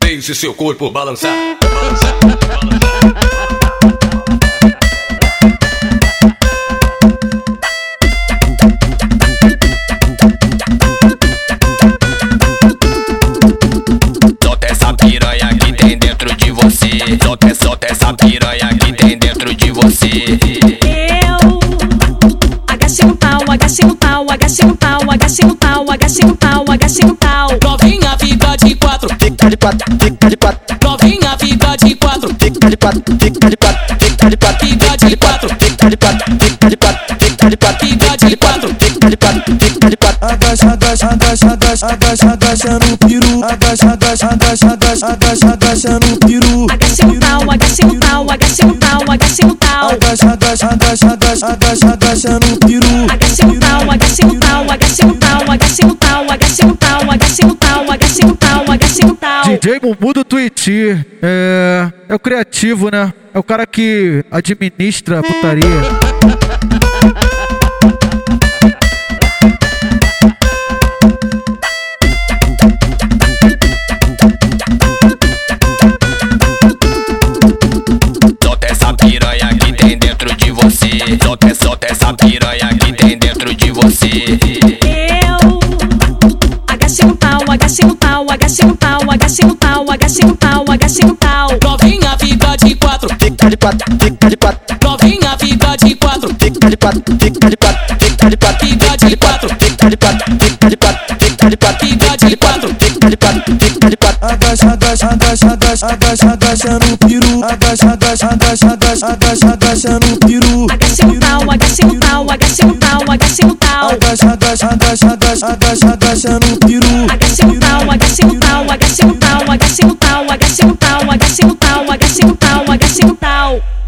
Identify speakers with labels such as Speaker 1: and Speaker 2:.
Speaker 1: Deixe seu corpo balançar.
Speaker 2: Solta essa piranha que tem dentro de você. Solta, solta essa piranha que tem dentro de você.
Speaker 3: Eu agachei um pau, agachei um pau, agachei um pau, agachei um pau, agachei um pau, agachei um pau.
Speaker 4: Novinha fica de quatro,
Speaker 5: Fica de quatro, fica de quatro,
Speaker 4: novinha fica de quatro,
Speaker 5: fica de quatro, fica de quatro, fica de quatro,
Speaker 4: fica de quatro,
Speaker 5: fica de quatro, fica de quatro, fica de quatro,
Speaker 4: fica de quatro.
Speaker 5: fica de quatro, fica de quatro.
Speaker 6: Agacha, agacha, agacha, agacha, agacha, agacha no peru. Agacha, agacha, agacha, agacha, agacha, agacha no peru.
Speaker 3: Agachei um pau, agachei um pau, agachei um pau, agachei um pau.
Speaker 6: Agacha, agacha, agacha, agacha, agacha, agacha no peru.
Speaker 3: Agachei um pau, agachei um pau, agachei um pau, agachei um pau, agachei um pau, agachei um pau, agachei um pau, agachei um pau.
Speaker 7: DJ Mumu do Twitch é, é o criativo, né? É o cara que administra a putaria.
Speaker 2: Solta essa piranha que tem dentro de você. Solta, solta essa piranha que tem dentro de você.
Speaker 3: Eu agachei um pau, agachei um pau, agachei um pau, agachei um pau, agachei um pau, agachei um pau.
Speaker 4: Novinha fica de quatro,
Speaker 5: Fica de quatro, fica de quatro,
Speaker 4: novinha fica de quatro,
Speaker 5: fica de quatro, fica de quatro, fica de quatro,
Speaker 4: fica de quatro,
Speaker 5: fica de quatro, fica de quatro, fica de quatro,
Speaker 4: fica de quatro.
Speaker 5: fica de quatro, fica de quatro.
Speaker 6: Agacha, agacha, agacha, agacha, agacha, agacha no peru. Agacha, agacha, agacha, agacha, agacha, agacha no peru.
Speaker 3: Agachei um pau, agachei um pau, agachei um pau, agachei um pau.
Speaker 6: Agacha, agacha, agacha, agacha, agacha, agacha no peru.
Speaker 3: Agachei um pau, agachei um pau, agachei um pau, agachei um pau, agachei um pau, agachei um pau, agachei um pau, agachei um pau.